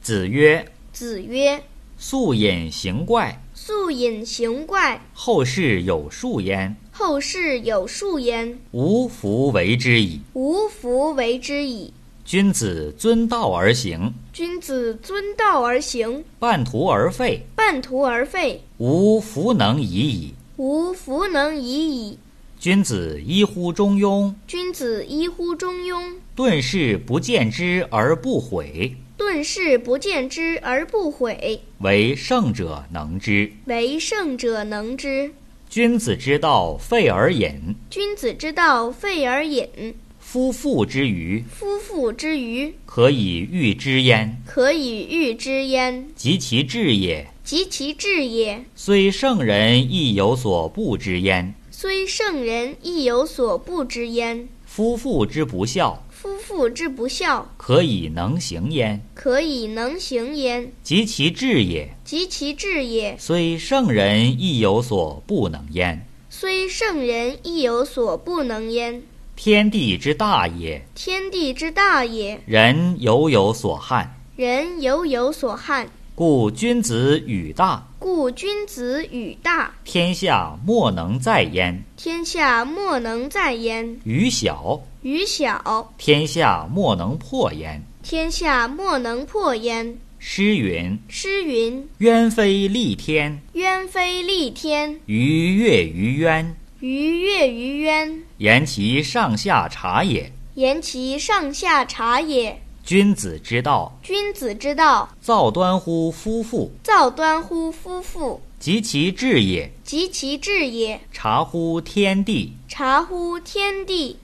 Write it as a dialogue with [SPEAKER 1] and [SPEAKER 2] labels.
[SPEAKER 1] 子曰
[SPEAKER 2] 子曰：“
[SPEAKER 1] 素饮行怪，：“
[SPEAKER 2] 素饮行怪，
[SPEAKER 1] 后世有数焉，
[SPEAKER 2] 后世有数焉，
[SPEAKER 1] 吾弗为之矣。
[SPEAKER 2] 无弗为之矣。
[SPEAKER 1] 君子遵道而行，
[SPEAKER 2] 君子遵道而行，
[SPEAKER 1] 半途而废，
[SPEAKER 2] 半途而废，
[SPEAKER 1] 吾弗能已矣。
[SPEAKER 2] 吾弗能已矣。
[SPEAKER 1] 君子依乎中庸，
[SPEAKER 2] 君子依乎中庸，
[SPEAKER 1] 顿世不见之而不悔，
[SPEAKER 2] 顿世不见之而不悔，
[SPEAKER 1] 为圣者能之。
[SPEAKER 2] 为圣者能之。
[SPEAKER 1] 君子之道废而隐，
[SPEAKER 2] 君子之道废而隐，
[SPEAKER 1] 夫妇之愚，
[SPEAKER 2] 夫妇之愚，
[SPEAKER 1] 可以喻之焉。
[SPEAKER 2] 可以喻之焉。
[SPEAKER 1] 及其志也，
[SPEAKER 2] 及其志也，
[SPEAKER 1] 虽圣人亦有所不知焉。
[SPEAKER 2] 虽圣人亦有所不知焉。
[SPEAKER 1] 夫妇之不孝，
[SPEAKER 2] 夫妇之不孝，
[SPEAKER 1] 可以能行焉。
[SPEAKER 2] 可以能行焉；
[SPEAKER 1] 及其志也，
[SPEAKER 2] 及其志也，
[SPEAKER 1] 虽圣人亦有所不能焉。
[SPEAKER 2] 虽圣人亦有所不能焉。
[SPEAKER 1] 天地之大也，
[SPEAKER 2] 天地之大也，
[SPEAKER 1] 人犹有所憾，
[SPEAKER 2] 人犹有所憾。
[SPEAKER 1] 故君子与大，
[SPEAKER 2] 故君子与大，
[SPEAKER 1] 天下莫能在焉；
[SPEAKER 2] 天下莫能在焉；
[SPEAKER 1] 与小，
[SPEAKER 2] 与小，
[SPEAKER 1] 天下莫能破焉。
[SPEAKER 2] 天下莫能破焉。
[SPEAKER 1] 诗云
[SPEAKER 2] 诗云：“
[SPEAKER 1] 鸢飞戾天，：“
[SPEAKER 2] 鸢飞戾天，
[SPEAKER 1] 鱼跃于渊。
[SPEAKER 2] 鱼跃于渊。
[SPEAKER 1] 言其上下察也。”
[SPEAKER 2] 言其上下察也。
[SPEAKER 1] 君子之道，
[SPEAKER 2] 君子之道，
[SPEAKER 1] 造端乎夫妇；
[SPEAKER 2] 造端乎夫妇，
[SPEAKER 1] 及其志也，
[SPEAKER 2] 及其志也。
[SPEAKER 1] 察乎天地。
[SPEAKER 2] 察乎天地，